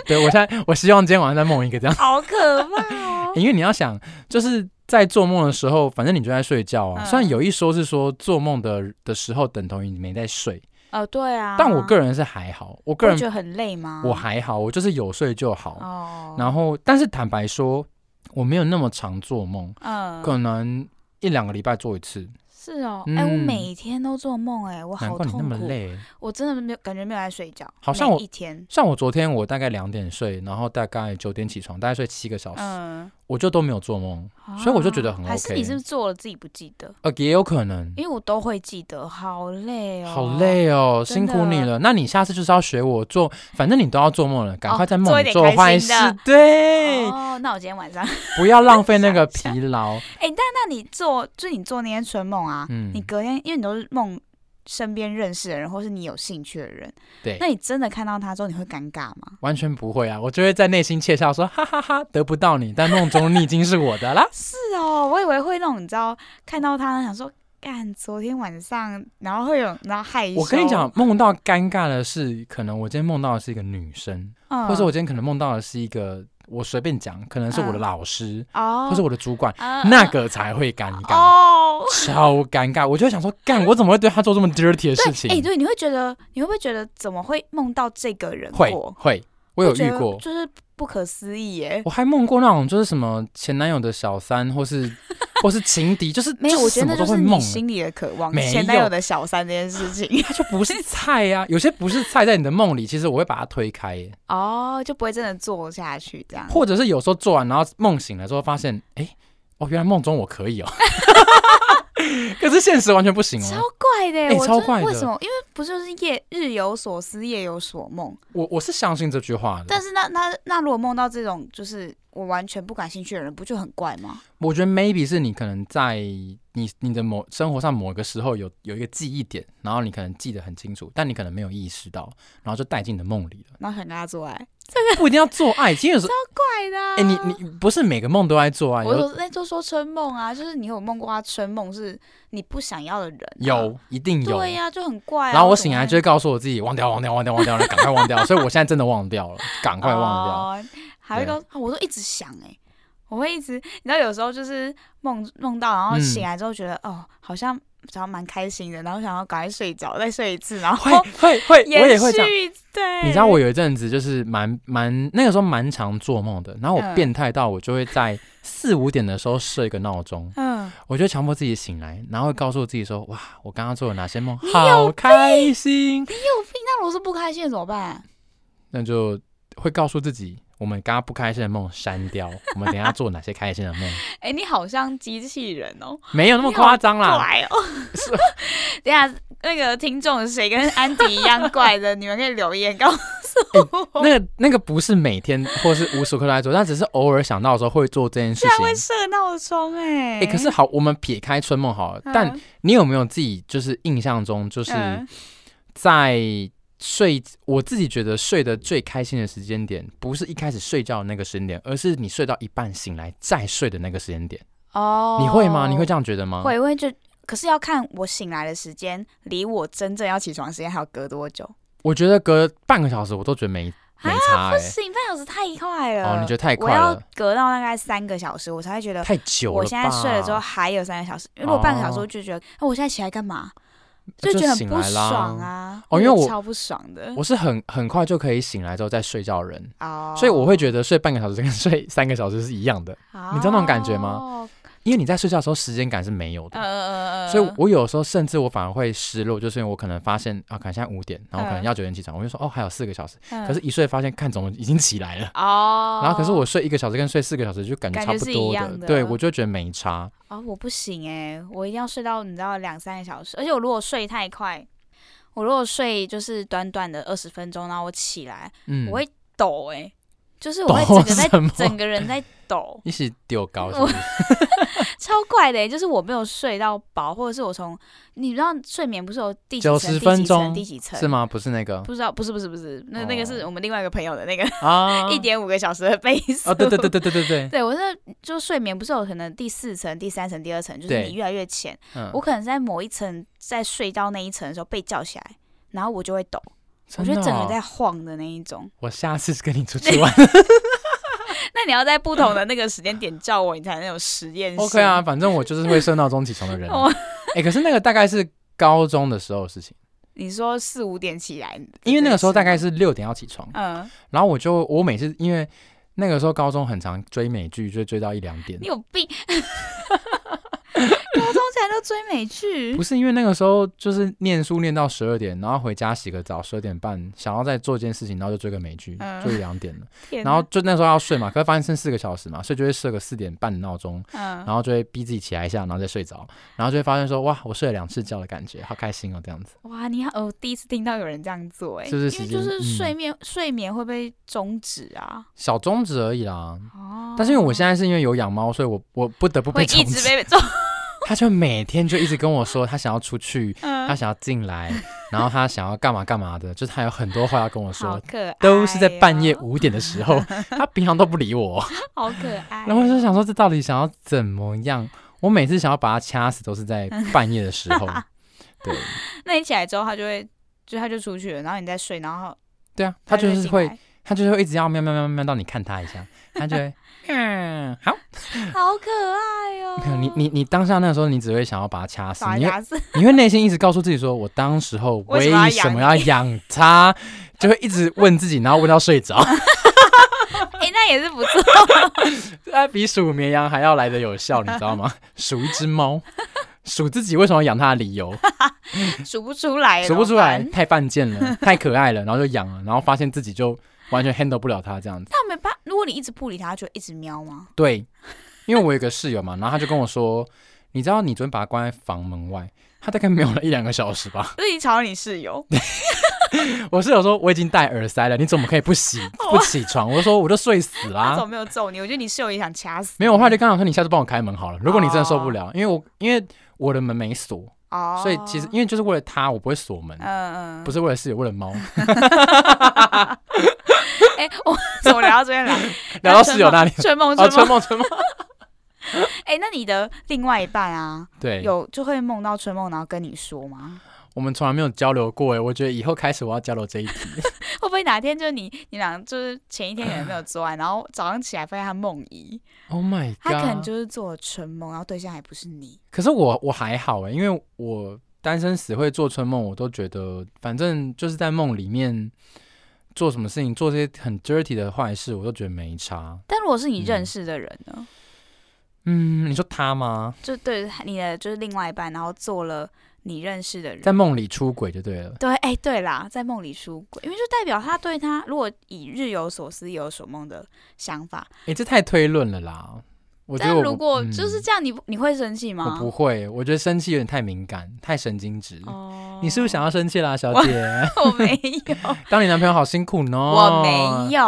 Speaker 1: 对我现在我希望今天晚上再梦一个这样，
Speaker 2: 好可怕哦。
Speaker 1: 因为你要想，就是在做梦的时候，反正你就在睡觉啊。虽然
Speaker 2: 嗯
Speaker 1: 有一说是说做梦的的时候等同于你没在睡，
Speaker 2: 哦，对啊。
Speaker 1: 但我个人是还好，我个
Speaker 2: 会觉
Speaker 1: 人
Speaker 2: 得很累吗？
Speaker 1: 我还好，我就是有睡就好。
Speaker 2: 哦，
Speaker 1: 然
Speaker 2: 后
Speaker 1: 后，但是坦白说，我没有那么常做梦，
Speaker 2: 嗯，
Speaker 1: 可能一两个礼拜做一次。
Speaker 2: 是哦，哎、我
Speaker 1: 嗯
Speaker 2: 每天都做梦，哎，我
Speaker 1: 难
Speaker 2: 好
Speaker 1: 怪你
Speaker 2: 痛
Speaker 1: 那么
Speaker 2: 苦，
Speaker 1: 累。
Speaker 2: 我真的没有感觉没有在睡觉，
Speaker 1: 好像
Speaker 2: 每
Speaker 1: 我
Speaker 2: 一天，
Speaker 1: 像我昨天我大概两点睡，然后大概九点起床，大概睡七个小时，
Speaker 2: 嗯，
Speaker 1: 我就都没有做梦，所以我就觉得很
Speaker 2: 啊还是
Speaker 1: OK
Speaker 2: 你是不是做了自己不记得？
Speaker 1: 呃，也有可能。
Speaker 2: 因为我都会记得，好累哦，
Speaker 1: 好累哦，
Speaker 2: 真
Speaker 1: 辛
Speaker 2: 的
Speaker 1: 苦你了。那你下次就是要学我做，反正你都要做梦了，赶快在
Speaker 2: 哦做
Speaker 1: 梦
Speaker 2: 一
Speaker 1: 里
Speaker 2: 点
Speaker 1: 做
Speaker 2: 开
Speaker 1: 坏事
Speaker 2: 心的，
Speaker 1: 对，
Speaker 2: 哦。那我今天晚上，
Speaker 1: 不要浪费那个
Speaker 2: 想
Speaker 1: 疲劳。
Speaker 2: 那你做，就你做那些春梦啊，
Speaker 1: 嗯
Speaker 2: 你，隔天，因为你都是梦身边认识的人，或是你有兴趣的人，
Speaker 1: 对
Speaker 2: 那你真的看到他之后，你会尴尬吗？。
Speaker 1: 完全不会啊，我就会在内心窃笑说，哈哈哈得不到你，但梦中你已经是我的啦
Speaker 2: 是哦，我以为会那种，你知道，看到他想说。干，昨天晚上，然后会有，然后害羞。
Speaker 1: 我跟你讲，，梦到尴尬的是，可能我今天梦到的是一个女生，
Speaker 2: 嗯嗯
Speaker 1: 或者我今天可能梦到的是一个，我随便讲，可能是我的老师，
Speaker 2: 哦，
Speaker 1: 或是我的主管，
Speaker 2: 呃
Speaker 1: 那个才会尴尬，
Speaker 2: 哦，
Speaker 1: 超尴尬。我就会想说，干，我怎么会对他做这么 dirty 的事情
Speaker 2: 哎、？对，你会觉得，你会不会觉得怎么会梦到这个人
Speaker 1: 会
Speaker 2: 过？
Speaker 1: 会，我
Speaker 2: 我
Speaker 1: 有
Speaker 2: 觉
Speaker 1: 遇
Speaker 2: 得
Speaker 1: 过，
Speaker 2: 就是不可思议耶。
Speaker 1: 我还梦过那种就是什么前男友的小三，或 是或是情敌，就是
Speaker 2: 没有，
Speaker 1: 就是
Speaker 2: 我
Speaker 1: 什
Speaker 2: 觉得
Speaker 1: 么
Speaker 2: 那就
Speaker 1: 都会
Speaker 2: 是你
Speaker 1: 梦，啊
Speaker 2: 心里的渴望，
Speaker 1: 没
Speaker 2: 前男
Speaker 1: 有
Speaker 2: 友的小三这件事情
Speaker 1: 他就不是菜呀、有些不是菜，在你的梦里，其实我会把它推开耶，
Speaker 2: 哦，就不会真的做下去这样。
Speaker 1: 或者是有时候做完然后梦醒了之后发现，哎、哦，原来梦中我可以哦， 可是现实完全不行
Speaker 2: 超
Speaker 1: 哦。
Speaker 2: 怪的耶，欸
Speaker 1: 哎
Speaker 2: 我
Speaker 1: 超
Speaker 2: 真的
Speaker 1: 怪的
Speaker 2: 为什么？因为不就是夜日有所思，夜有所梦。
Speaker 1: 我我是相信这句话的
Speaker 2: 但，是那那那如果梦到这种，就是我完全不感兴趣的人，不就很怪吗？
Speaker 1: 我觉得 maybe 是你可能在你你的某生活上某个时候有有一个记忆点，然后你可能记得很清楚，但你可能没有意识到，然后就带进你的梦里了。
Speaker 2: 然后想跟他做爱，
Speaker 1: 不一定要做爱，其实 有时候，
Speaker 2: 怪的、啊。
Speaker 1: 哎、你你不是每个梦都在做爱，
Speaker 2: 我
Speaker 1: 有
Speaker 2: 有在就说春梦啊，就是你有梦过他春梦是你不想要的人、啊，
Speaker 1: 有一定有。
Speaker 2: 对呀、就很怪、啊。
Speaker 1: 然后我醒来就
Speaker 2: 会
Speaker 1: 会告诉我自己忘掉，忘掉，忘掉，忘掉， 赶快忘掉。所以我现在真的忘掉了，赶快忘掉。
Speaker 2: 掉，哦、还会告诉、啊我都一直想哎、我会一直，你知道有时候就是梦梦到，然后
Speaker 1: 嗯
Speaker 2: 醒来之后觉得、哦，好像好像蛮开心的，然后想要赶快睡着，再睡一次，然后
Speaker 1: 会会会，我也
Speaker 2: 延
Speaker 1: 会这样。
Speaker 2: 续对，
Speaker 1: 你知道我有一阵子就是蛮蛮那个时候蛮常做梦的，然后我
Speaker 2: 嗯
Speaker 1: 变态到我就会在四五点的时候设一个闹钟，
Speaker 2: 嗯，
Speaker 1: 我就强迫自己醒来，然后会告诉自己说哇，我刚刚做了哪些梦，好开心。
Speaker 2: 那如果是不开心的怎么办？
Speaker 1: 那就会告诉自己，我们刚刚不开心的梦删掉，我们等一下做哪些开心的梦。
Speaker 2: 哎、你好像机器人哦，
Speaker 1: 没有那么夸张啦，
Speaker 2: 怪哦。 等一下那个听众是谁跟安迪一样怪的，你们可以留言告诉做。
Speaker 1: 那个那个不是每天或是无时无刻都在做，但只是偶尔想到的时候会做这件事
Speaker 2: 居啊然会
Speaker 1: 情。
Speaker 2: 设闹钟哎！
Speaker 1: 哎、可是好，我们撇开春梦好了，
Speaker 2: 嗯，
Speaker 1: 但你有没有自己就是印象中就是
Speaker 2: 嗯
Speaker 1: 在睡，我自己觉得睡得最开心的时间点，不是一开始睡觉的那个时间点，而是你睡到一半醒来再睡的那个时间点。
Speaker 2: 哦，
Speaker 1: 你会吗？你会这样觉得吗？
Speaker 2: 会，因为就可是要看我醒来的时间，离我真正要起床的时间还有隔多久。
Speaker 1: 我觉得隔半个小时我都觉得没没差哎、
Speaker 2: 醒半小时太快了，
Speaker 1: 哦，你觉得太
Speaker 2: 我
Speaker 1: 快
Speaker 2: 要
Speaker 1: 了，
Speaker 2: 隔到大概三个小时，我才会觉得
Speaker 1: 太久了吧。
Speaker 2: 我现在睡了之后还有三个小时。如果半个小时，
Speaker 1: 哦
Speaker 2: 我就觉得，那、我现在起来干嘛？
Speaker 1: 就
Speaker 2: 觉得很
Speaker 1: 醒
Speaker 2: 不
Speaker 1: 来啦
Speaker 2: 爽啊！
Speaker 1: 哦
Speaker 2: 就
Speaker 1: 因为
Speaker 2: 觉得
Speaker 1: 我
Speaker 2: 超不爽的
Speaker 1: 我是很很快就可以醒来之后再睡觉的人，
Speaker 2: 哦，
Speaker 1: 所以我会觉得睡半个小时跟睡三个小时是一样的，
Speaker 2: 得
Speaker 1: 你知道那种感觉吗
Speaker 2: 吗？
Speaker 1: 因为你在睡觉的时候时间感是没有
Speaker 2: 哦呃
Speaker 1: 的。
Speaker 2: 呃，
Speaker 1: 所以，我有时候甚至我反而会失落，就是因为我可能发现啊，可能现在五点，然后可能要九点起床，我就说哦，还有四个小时。
Speaker 2: 嗯
Speaker 1: 可是，一睡发现看怎么已经起来了，
Speaker 2: 哦，
Speaker 1: 然后可是我睡一个小时跟睡四个小时就感觉
Speaker 2: 感
Speaker 1: 差
Speaker 2: 觉
Speaker 1: 不
Speaker 2: 是一
Speaker 1: 多
Speaker 2: 样的
Speaker 1: 对我就觉得没差。
Speaker 2: 哦，我不行哎、我一定要睡到你知道两三个小时，而且我如果睡太快，我如果睡就是短短的二十分钟，然后我起来，
Speaker 1: 嗯，
Speaker 2: 我会抖哎、就是我会
Speaker 1: 抖
Speaker 2: 整个在
Speaker 1: 什么，
Speaker 2: 整个人在抖
Speaker 1: 一起丢高是不是，
Speaker 2: 超怪的、欸，就是我没有睡到饱，或者是我从你知道睡眠不是有第几
Speaker 1: 90分
Speaker 2: 层、第几层、
Speaker 1: 钟
Speaker 2: 第几层
Speaker 1: 是？吗？不是那个
Speaker 2: 不知道，不是不是不是，那那个是
Speaker 1: 哦
Speaker 2: 我们另外一个朋友的那个
Speaker 1: 啊，
Speaker 2: 一点五个小时的倍数。
Speaker 1: 啊，对对对对对对对，
Speaker 2: 对，我是就睡眠不是有可能第四层、第三层、第二层，就是
Speaker 1: 对
Speaker 2: 你越来越浅。
Speaker 1: 嗯
Speaker 2: 我可能在某一层在睡到那一层的时候被叫起来，然后我就会抖，我
Speaker 1: 真
Speaker 2: 觉
Speaker 1: 的
Speaker 2: 得整
Speaker 1: 哦
Speaker 2: 个在晃的那一 种。
Speaker 1: 我下次跟你 出去玩
Speaker 2: 那你要在不同的那个时间点叫我，你才能有实验哦性。
Speaker 1: ，OK 啊，反正我就是会设闹钟起床的人啊。
Speaker 2: 我
Speaker 1: 哎，可是那个大概是高中的时候的事情，
Speaker 2: 你说四五点起来，
Speaker 1: 因为那个时候大概
Speaker 2: 是
Speaker 1: 是六点要起床，
Speaker 2: 嗯，
Speaker 1: 然后我就我每次因为那个时候高中很常追美剧，就追到一两点
Speaker 2: 你。有病。 高中才都追美剧
Speaker 1: 不，是因为那个时候就是念书念到十二点，然后回家洗个澡，十二点半想要再做一件事情，然后就追个美剧，
Speaker 2: 嗯
Speaker 1: 就一两点了。
Speaker 2: 天
Speaker 1: 然后
Speaker 2: 哪
Speaker 1: 就那时候要睡嘛，可是发现剩四个小时嘛，所以就会设个四点半的闹钟，
Speaker 2: 嗯，
Speaker 1: 然后就会逼自己起来一下，然后再睡着，然后就会发现说哇，我睡了两次觉的感觉，好开心哦，这样子。
Speaker 2: 哇，你好，哦我第一次听到有人这样做、哎，
Speaker 1: 是不是
Speaker 2: 因
Speaker 1: 时
Speaker 2: 为就
Speaker 1: 间
Speaker 2: 是
Speaker 1: 嗯
Speaker 2: 睡眠、睡眠会被终止啊。
Speaker 1: 小中指而已啦，
Speaker 2: 哦，
Speaker 1: 但是因为我现在是因为有养猫，所以我我不得不
Speaker 2: 会
Speaker 1: 被
Speaker 2: 一
Speaker 1: 重
Speaker 2: 直
Speaker 1: 视。
Speaker 2: 被终，
Speaker 1: 他就每天就一直跟我说他想要出去，
Speaker 2: 嗯
Speaker 1: 他想要进来，然后他想要干嘛干嘛的，就是他有很多话要跟我
Speaker 2: 好哦
Speaker 1: 说，
Speaker 2: 可爱、啊
Speaker 1: 都是在半夜，五点的时 候，他平常都不理我。
Speaker 2: 好可爱、
Speaker 1: 然后我就想说，这到底想要怎么样？我每次想要把他掐死，都是在半夜的时 候。对
Speaker 2: 那你起来之后，他就会，就他就出去了，然后你再睡，然后
Speaker 1: 对啊，他就
Speaker 2: 会
Speaker 1: 是
Speaker 2: 醒
Speaker 1: 会
Speaker 2: 来，
Speaker 1: 他就是会一直要喵喵喵喵喵到你看他一下，他 就会嗯好。
Speaker 2: 好可爱哦、
Speaker 1: 没有你 你你当下那时候，你只会想要把他掐死，
Speaker 2: 打
Speaker 1: 你会
Speaker 2: 牙齿，
Speaker 1: 你会内心一直告诉自己说，我当时候为
Speaker 2: 为什么要
Speaker 1: 什
Speaker 2: 养
Speaker 1: 么要养它，就会一直问自己，然后问到睡着，
Speaker 2: 哎、那也是不错。
Speaker 1: 它啊比数绵羊还要来的有效，你知道吗？ 数一只猫，数自己为什么要养它的理由，
Speaker 2: 数不出来，
Speaker 1: 数不出来，
Speaker 2: 怎么办
Speaker 1: 太犯贱了，太可爱了，然后就养了，然后发现自己就完全 handle 不了它这样子。
Speaker 2: 那没办法，如果你一直不理他，它就一直喵吗？
Speaker 1: 对，因为我有个室友嘛，然后他就跟我说，你知道你昨天把它关在房门外，它大概没有了一两个小时吧。
Speaker 2: 所以你吵到你室友，
Speaker 1: 我室友说我已经戴耳塞了，你怎么可以不 洗不起床？我说我都睡死啦、
Speaker 2: 他怎么没有揍你？我觉得你室友也想掐死你。
Speaker 1: 啊没有，我后来就刚好说你下次帮我开门好了。如果你真的受不了，因为我因为我的门没锁，
Speaker 2: 哦，
Speaker 1: 所以其实因为就是为了他，我不会锁门，
Speaker 2: 嗯嗯，
Speaker 1: 不
Speaker 2: 是，
Speaker 1: 是为了室友，为了 猫。
Speaker 2: 哎、我 怎么聊到这边来？
Speaker 1: 聊到室友 那里，
Speaker 2: 春梦，
Speaker 1: 哦，
Speaker 2: 春
Speaker 1: 春
Speaker 2: 梦，
Speaker 1: 梦春梦，
Speaker 2: 哎、那你的另外一半啊，
Speaker 1: 对，
Speaker 2: 有就会梦到春梦，然后跟你说吗？
Speaker 1: 我们从来没有交流过哎，我觉得以后开始我要交流这一题。
Speaker 2: 会不会哪天就是你你俩就是前一天可能没有做爱，然后早上起来发现他梦遗，
Speaker 1: Oh my
Speaker 2: 他可能
Speaker 1: god！
Speaker 2: 就是做了春梦，然后对象还不是你。
Speaker 1: 可是我我还好哎，因为我单身死会做春梦，我都觉得反正就是在梦里面做什么事情，做这些很 dirty 的坏事，我都觉得没差。
Speaker 2: 但如果是你认
Speaker 1: 嗯
Speaker 2: 识的人呢？
Speaker 1: 嗯，你说他吗？
Speaker 2: 就对你的就是另外一半，然后做了你认识的人。
Speaker 1: 在梦里出轨就对了。
Speaker 2: 对，哎、对啦，在梦里出轨，因为就代表他对他，如果以日有所思夜有所梦的想法，
Speaker 1: 哎、这太推论了啦。我觉得
Speaker 2: 但
Speaker 1: 我
Speaker 2: 如
Speaker 1: 不
Speaker 2: 果 就是、这样，你你会生气
Speaker 1: 嗯
Speaker 2: 吗？
Speaker 1: 我不会，我觉得生气有点太敏感，太神经质。
Speaker 2: 哦
Speaker 1: 你是不是想要生气啦，小姐？
Speaker 2: 我没有，
Speaker 1: 当你男朋友好辛苦呢。
Speaker 2: 我没有。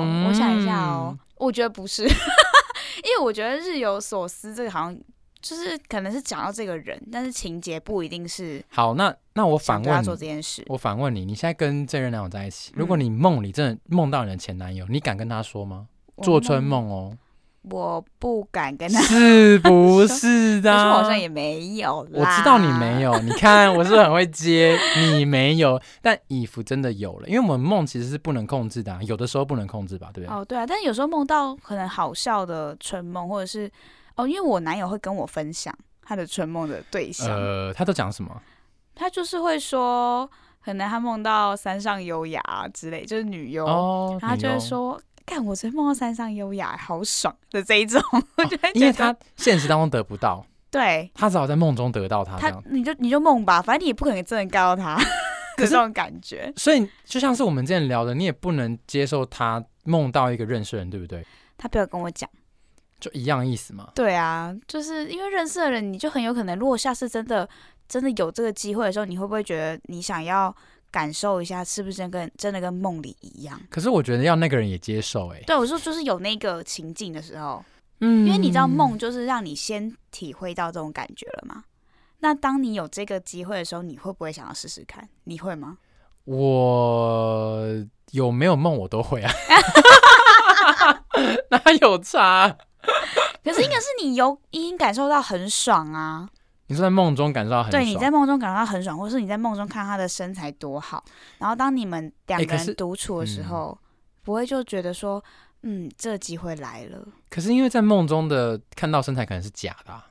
Speaker 1: 嗯
Speaker 2: 我想一下哦，我觉得不是， 因为我觉得日有所思这个好像就是可能是讲到这个人，但是情节不一定是
Speaker 1: 好，那那我
Speaker 2: 想
Speaker 1: 反
Speaker 2: 对他
Speaker 1: 问
Speaker 2: 做
Speaker 1: 你，
Speaker 2: 这件事。
Speaker 1: 我反问你，你现在跟这任男友在一起，如果
Speaker 2: 嗯
Speaker 1: 你梦里真的梦到你的前男友，你敢跟他说吗？
Speaker 2: 我
Speaker 1: 做春，梦哦，
Speaker 2: 我不敢跟他，
Speaker 1: 是啊不是的？ 啊
Speaker 2: 但是我好像也没有
Speaker 1: 我
Speaker 2: 啦。
Speaker 1: 知道你没
Speaker 2: 有，
Speaker 1: 有，你看我是不是很会接，你没有，但衣服真的有了，因为我们梦其实是不能控制的、啊，有的时候不能控制吧，对不对？
Speaker 2: 哦，对啊，但有时候梦到可能好笑的春梦，或者是哦，因为我男友会跟我分享他的春梦的对象，
Speaker 1: 呃，他都讲什么？
Speaker 2: 他就是会说，可能他梦到山上优雅啊之类，就是女优，
Speaker 1: 哦，
Speaker 2: 然后他就
Speaker 1: 女
Speaker 2: 会
Speaker 1: 优，
Speaker 2: 说。看，我昨天梦到山上优雅，好爽的这一种， 我就会觉得
Speaker 1: 因为他现实当中得不到，
Speaker 2: 对
Speaker 1: 他只好在梦中得到他这
Speaker 2: 他
Speaker 1: 样，。
Speaker 2: 你就你就梦吧，反正你也不可能真的干到他的这种感觉。
Speaker 1: 所以就像是我们之前聊的，你也不能接受他梦到一个认识人，对不对？
Speaker 2: 他不要跟我讲。
Speaker 1: 就一样意思嘛。
Speaker 2: 对啊，就是因为认识的人，你就很有可能，如果下次真的真的有这个机会的时候，你会不会觉得你想要感受一下，是不是真跟真的跟梦里一样？
Speaker 1: 可是我觉得要那个人也接受、哎，
Speaker 2: 对，我说就是有那个情境的时候，
Speaker 1: 嗯
Speaker 2: 因为你知道梦就是让你先体会到这种感觉了嘛。那当你有这个机会的时候，你会不会想要试试看？你会吗？
Speaker 1: 我有没有梦我都会 啊，哪有差？啊
Speaker 2: 可是应该是你有已经感受到很爽啊，
Speaker 1: 你说在梦中感受到很爽，
Speaker 2: 对，你在梦中感到很爽，或是你在梦中看他的身材多好，然后当你们两
Speaker 1: 哎
Speaker 2: 个
Speaker 1: 可
Speaker 2: 人
Speaker 1: 是
Speaker 2: 独处的时
Speaker 1: 嗯
Speaker 2: 候，不会就觉得说，嗯，这机会来了，
Speaker 1: 可是因为在梦中的看到身材可能是假的、啊，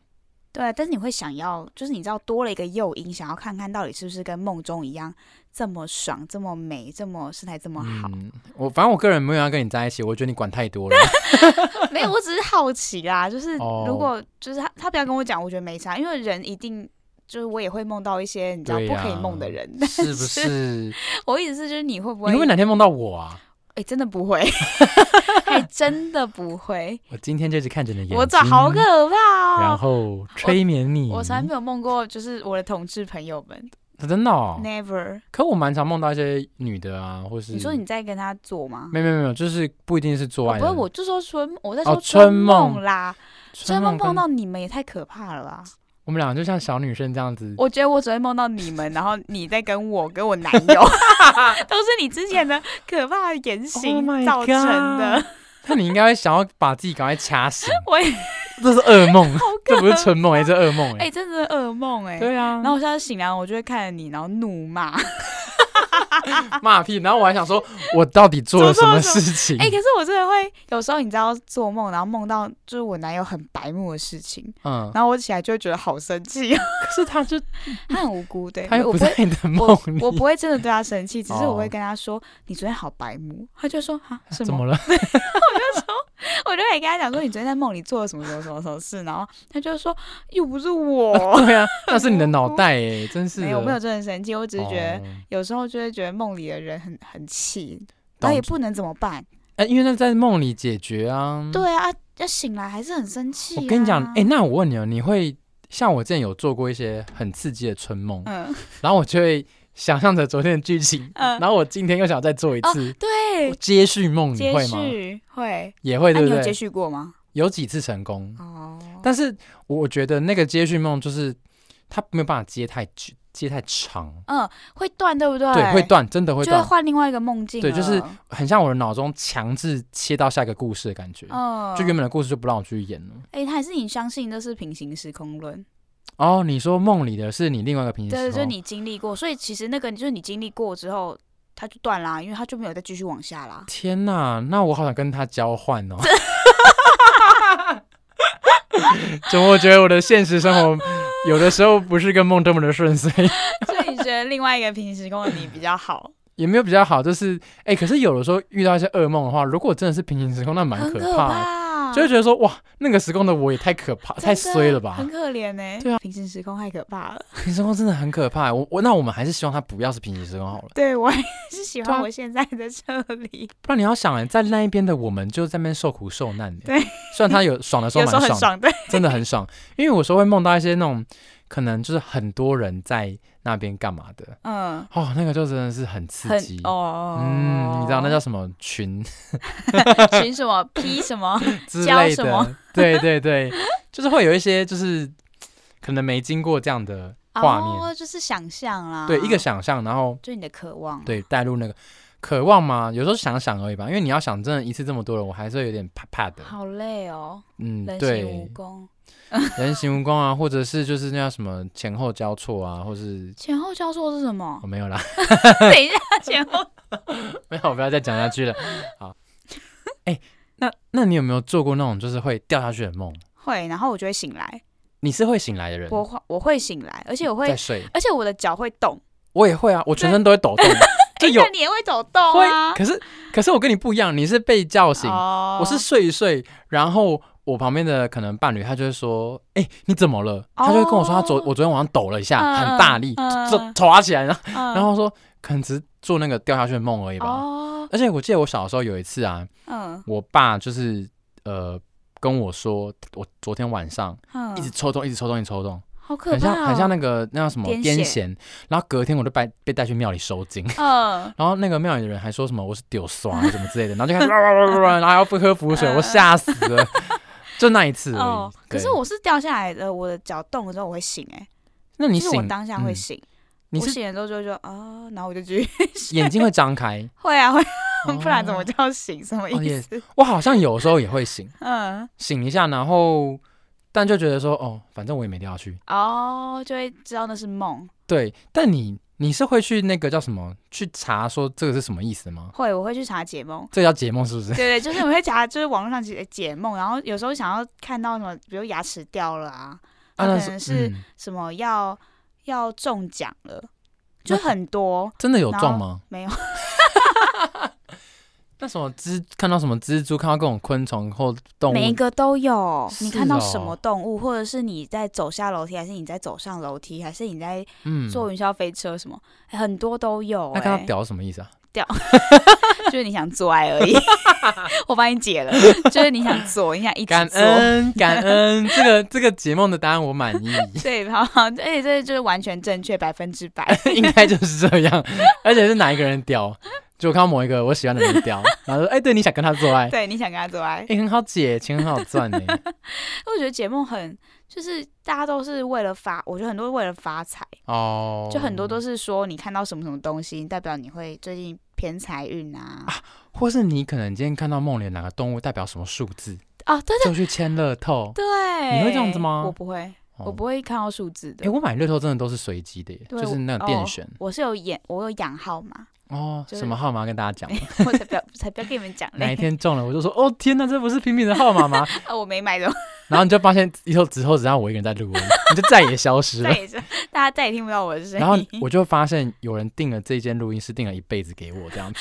Speaker 2: 对，但是你会想要，就是你知道多了一个诱因，想要看看到底是不是跟梦中一样这么爽、这么美、这么身材这么好。
Speaker 1: 嗯，我反正我个人没有要跟你在一起，我觉得你管太多 了。
Speaker 2: 没有，我只是好奇啦，就是
Speaker 1: 哦
Speaker 2: 如果就是他他不要跟我讲，我觉得没差，因为人一定。就是我也会梦到一些你知道
Speaker 1: 对
Speaker 2: 不可以
Speaker 1: 呀
Speaker 2: 梦的人，
Speaker 1: 是不是？你
Speaker 2: 我意思是就是你会不会
Speaker 1: 会不会哪天梦到我啊？
Speaker 2: 哎、真的不 会，还真的不会，
Speaker 1: 我今天就是看着你的眼睛，
Speaker 2: 我操，好可怕
Speaker 1: 然
Speaker 2: 哦！
Speaker 1: 后催眠你。
Speaker 2: 我从来没有梦过，就是我的同志朋友们、
Speaker 1: 真的、哦
Speaker 2: n，e v e r
Speaker 1: 可我蛮常梦到一些女的啊，或是
Speaker 2: 你说你在跟他做吗？
Speaker 1: 没有没有没有，就是不一定是做
Speaker 2: 哦
Speaker 1: 爱
Speaker 2: 不
Speaker 1: 的。
Speaker 2: 是，我就说春，我在
Speaker 1: 哦
Speaker 2: 说春
Speaker 1: 春梦
Speaker 2: 梦啦，春
Speaker 1: 春
Speaker 2: 梦
Speaker 1: 梦
Speaker 2: 梦
Speaker 1: 跟
Speaker 2: 到你们也太可怕了吧！
Speaker 1: 我们两个就像小女生这样子，
Speaker 2: 我觉得我只会梦到你们，然后你在跟我跟我男友， 都是你之前的可怕的言
Speaker 1: Oh
Speaker 2: 行
Speaker 1: my
Speaker 2: 造成的。
Speaker 1: God 那你应该会想要把自己赶快掐死。
Speaker 2: 我也
Speaker 1: 这是噩梦，
Speaker 2: 好
Speaker 1: 这
Speaker 2: 可怕，
Speaker 1: 不是春 梦，哎，这噩梦
Speaker 2: 哎、
Speaker 1: 哎。
Speaker 2: 真的是噩梦哎、
Speaker 1: 对啊
Speaker 2: 然，后我现在醒来，我就会看着你，然后怒骂。
Speaker 1: 骂屁。然后我还想说，我到底做了什么
Speaker 2: 啊做错
Speaker 1: 事情
Speaker 2: 哎、？可是我真的会，有时候你知道做梦，然后梦到就是我男友很白目的事情，
Speaker 1: 嗯，
Speaker 2: 然后我起来就会觉得好生气，啊
Speaker 1: 可是他就
Speaker 2: 他很无辜，对，
Speaker 1: 他又
Speaker 2: 我
Speaker 1: 不
Speaker 2: 不
Speaker 1: 在
Speaker 2: 会，
Speaker 1: 你的梦
Speaker 2: 我
Speaker 1: 里，
Speaker 2: 我不会真的对他生气，只是我会
Speaker 1: 哦
Speaker 2: 跟他说、你昨天好白目，他就说啊什
Speaker 1: 怎
Speaker 2: 么？
Speaker 1: 么了？
Speaker 2: 我就会跟他讲说你昨天在梦里做了什么什么什么什么事，然后他就说又不是我，
Speaker 1: 对啊，那是你的脑袋哎，真 是的。
Speaker 2: 没有我没有真的生气，我只是觉得、
Speaker 1: 哦
Speaker 2: 有时候就会觉得梦里的人很很气，
Speaker 1: 懂
Speaker 2: 那也不能怎么办，
Speaker 1: 哎，因为那在梦里解决啊。
Speaker 2: 对啊，要醒来还是很生气、啊
Speaker 1: 我跟你讲，哎，，那我问你哦，你会像我之前有做过一些很刺激的春梦，
Speaker 2: 嗯
Speaker 1: 然后我就会想象着昨天的剧情，
Speaker 2: 嗯，哦
Speaker 1: 然后我今天又想再做一次。
Speaker 2: 对
Speaker 1: 我，接续梦你
Speaker 2: 接
Speaker 1: 会吗？
Speaker 2: 续会，
Speaker 1: 也会，
Speaker 2: 那、
Speaker 1: 对
Speaker 2: 你
Speaker 1: 不
Speaker 2: 有接
Speaker 1: 对？嗯
Speaker 2: 续过吗？
Speaker 1: 有几次成功，
Speaker 2: 哦，
Speaker 1: 但是我觉得那个接续梦就是它没有办法接太久，接太长，
Speaker 2: 嗯，会断对不对？
Speaker 1: 对，会，断，真的会
Speaker 2: 就会
Speaker 1: 断，
Speaker 2: 换另外一个梦境了。
Speaker 1: 对就是很像我的脑中强制切到下一个故事的感觉，
Speaker 2: 嗯，
Speaker 1: 就原本的故事就不让我去演了。
Speaker 2: 哎、还是你相信这是平行时空论？
Speaker 1: 哦，你说梦里的是你另外一个平行
Speaker 2: 对，
Speaker 1: 时
Speaker 2: 就是
Speaker 1: 空，
Speaker 2: 你经历过，所以其实那个就是你经历过之后，它就断啦，因为它就没有再继续往下 啦。
Speaker 1: 天哪，那我好想跟他交换 哦。怎么？我觉得我的现实生活有的时候不是跟梦这么的顺遂。
Speaker 2: 所以你觉得另外一个平行时空的你比较好？
Speaker 1: 也没有 比较好，就是哎、可是有的时候遇到一些噩梦的话，如果真的是平行时空，那蛮
Speaker 2: 很
Speaker 1: 可
Speaker 2: 可
Speaker 1: 怕的。
Speaker 2: 怕，啊，
Speaker 1: 就会觉得说哇，那个时空的我也太可怕、太
Speaker 2: 真的
Speaker 1: 衰了吧
Speaker 2: 很？可怜呢、
Speaker 1: 对啊，
Speaker 2: 平行时空太可怕了。
Speaker 1: 平行时空真的很可怕欸。我我那我们还是希望它不要是平行时空好了，
Speaker 2: 对我还 是喜
Speaker 1: 对
Speaker 2: 欢
Speaker 1: 啊
Speaker 2: 我现在的这里，
Speaker 1: 不然你要想哎，在那一边的我们就在那边受苦受难欸
Speaker 2: 对，
Speaker 1: 虽然他有爽的时候
Speaker 2: 有时候
Speaker 1: 蛮
Speaker 2: 很
Speaker 1: 爽的，
Speaker 2: 爽，对，
Speaker 1: 真的很爽。因为有时候会梦到一些那种可能就是很多人在那边干嘛的，
Speaker 2: 嗯，
Speaker 1: 哦，那个就真的是很刺
Speaker 2: 很
Speaker 1: 激。
Speaker 2: 哦，
Speaker 1: 嗯，你知道那叫什么群
Speaker 2: 群什么 P 什么，
Speaker 1: 之
Speaker 2: 教
Speaker 1: 类
Speaker 2: 什么
Speaker 1: 的？ 对对对，就是会有一些就是可能没经过这样的画面，
Speaker 2: 哦，就是想象啦，
Speaker 1: 对一个想象，然后
Speaker 2: 就你的渴望，
Speaker 1: 对带入那个渴望嘛，有时候想想而已吧，因为你要想真的一次这么多人，我还是会有点怕怕的。
Speaker 2: 好累哦，
Speaker 1: 嗯，
Speaker 2: 人
Speaker 1: 对
Speaker 2: 形， 蜈蚣，
Speaker 1: 人形蜈蚣啊，或者是就是那叫什么前后交错啊，或是
Speaker 2: 前后交错是什么
Speaker 1: 我、？没有啦，
Speaker 2: 等一下，前后
Speaker 1: 没有，不要再讲下 去了。好，哎、那那你有没有做过那种就是会掉下去的梦？
Speaker 2: 会，然后我就会醒来，
Speaker 1: 你是会醒来的人，
Speaker 2: 我会我会醒来，而且我
Speaker 1: 在
Speaker 2: 会，
Speaker 1: 睡，
Speaker 2: 而且我的脚会动，
Speaker 1: 我也会啊，我全身都会 抖动，就
Speaker 2: 哎
Speaker 1: 有
Speaker 2: 那你也会抖动啊
Speaker 1: 会，？可是可是我跟你不一样，你是被叫醒，
Speaker 2: 哦
Speaker 1: 我是睡一睡，然后我旁边的可能伴侣他就会说，哎、你怎么了？他就会跟我说他昨
Speaker 2: 哦
Speaker 1: 我昨天晚上抖了一下，很
Speaker 2: 嗯
Speaker 1: 大力，
Speaker 2: 嗯
Speaker 1: 就抓起来，然后
Speaker 2: 然
Speaker 1: 然后说可能只是做那个掉下去的梦而已吧。
Speaker 2: 哦，
Speaker 1: 而且我记得我小时候有一次啊，
Speaker 2: 嗯
Speaker 1: 我爸就是呃跟我说，我昨天晚上
Speaker 2: 嗯，
Speaker 1: 一直抽动，一直抽动，一直抽动，
Speaker 2: 好可
Speaker 1: 很
Speaker 2: 怕
Speaker 1: 像
Speaker 2: 哦，
Speaker 1: 很像那个那叫什么
Speaker 2: 癫
Speaker 1: 癫
Speaker 2: 痫
Speaker 1: 痫。然后隔天我就被被带去庙里收经，
Speaker 2: 嗯，
Speaker 1: 然后那个庙里的人还说什么我是丢刷什么之类的，然后就开始哇哇哇哇哇，然后还要不喝符水，我吓死了。就那一次而
Speaker 2: 哦
Speaker 1: 已。，
Speaker 2: 可是
Speaker 1: 对，
Speaker 2: 我是掉下来的，我的脚动了之后我会醒、欸，哎，
Speaker 1: 那你
Speaker 2: 就是我
Speaker 1: 醒，
Speaker 2: 当下会
Speaker 1: 嗯
Speaker 2: 醒，
Speaker 1: 你
Speaker 2: 我
Speaker 1: 是
Speaker 2: 醒了之后就就啊，然后我就继续，，
Speaker 1: 眼睛会张开
Speaker 2: 会啊会，
Speaker 1: 哦
Speaker 2: 不然怎么叫醒？什么
Speaker 1: 哦也
Speaker 2: 意思？
Speaker 1: 我好像有时候也会醒，
Speaker 2: 嗯，
Speaker 1: 醒一下，然后但就觉得说哦，反正我也没掉下去。
Speaker 2: 哦，就会知道那是梦，
Speaker 1: 对，但你你是会去那个叫什么去查说这个是什么意思吗？
Speaker 2: 会，我会去查解梦。
Speaker 1: 这叫解梦是不是？
Speaker 2: 对对，就是我会查，就是网络上解呃解梦，然后有时候想要看到什么，比如牙齿掉了啊， 那可能是
Speaker 1: 嗯
Speaker 2: 什么要、要中奖了，就
Speaker 1: 那
Speaker 2: 很多
Speaker 1: 真的有
Speaker 2: 然
Speaker 1: 中
Speaker 2: 后
Speaker 1: 吗？
Speaker 2: 没有。
Speaker 1: 那什么蜘看到什么蜘蛛，看到各种昆虫或动
Speaker 2: 每一
Speaker 1: 物，
Speaker 2: 个都有。
Speaker 1: 是
Speaker 2: 你看到什
Speaker 1: 哦
Speaker 2: 么动物，或者是你在走下楼梯，还是你在走上楼梯，还是你在
Speaker 1: 嗯，
Speaker 2: 坐云霄飞车什么，哎很多都有、
Speaker 1: 那看
Speaker 2: 哎
Speaker 1: 到，屌是什么意思啊？
Speaker 2: 就是你想做爱而已。我帮你解了，就是你想做，你想一
Speaker 1: 感
Speaker 2: 直做。
Speaker 1: 恩感 恩，这个这个解梦的答案我满意，
Speaker 2: 对，好 好，而且这就是完全正确，百分之百。
Speaker 1: 应该就是这样，而且是哪一个人屌？就我看到某一个我喜欢的人 屌，然后说哎、对，你想跟他做爱，哎、
Speaker 2: 对，你想跟他做爱。
Speaker 1: 很好解，钱很好赚呢、
Speaker 2: 我觉得解梦很，就是大家都是为了发，我觉得很多为了发财，
Speaker 1: 哦，
Speaker 2: 就很多都是说你看到什么什么东西，代表你会最近偏财运啊。
Speaker 1: 或是你可能今天看到梦里哪个动物代表什么数 字，
Speaker 2: 啊，对对
Speaker 1: 就去签乐透。
Speaker 2: 对，
Speaker 1: 你会这样子吗
Speaker 2: 我不会，我
Speaker 1: 哦
Speaker 2: 不会看到数字
Speaker 1: 哎、
Speaker 2: 的。
Speaker 1: 我买乐透真的都是随机的耶，
Speaker 2: 对
Speaker 1: 就是那种
Speaker 2: 我哦
Speaker 1: 电选
Speaker 2: 我是有演，我有养号码，
Speaker 1: 哦
Speaker 2: 就是
Speaker 1: 什么号码跟大家 讲，
Speaker 2: 我才不要，才不要跟你们讲
Speaker 1: 哪一
Speaker 2: 嘞。
Speaker 1: 天中了我就说哦天哪，这不是平平的号码吗？
Speaker 2: 啊，我没买的，
Speaker 1: 然后你就发现以后之后只让我一个人在录音，你就再也消失
Speaker 2: 再
Speaker 1: 了。
Speaker 2: 也是大家再也听不到我的声音。
Speaker 1: 然后我就发现有人订了这间录音室，订了一辈子给我这样子，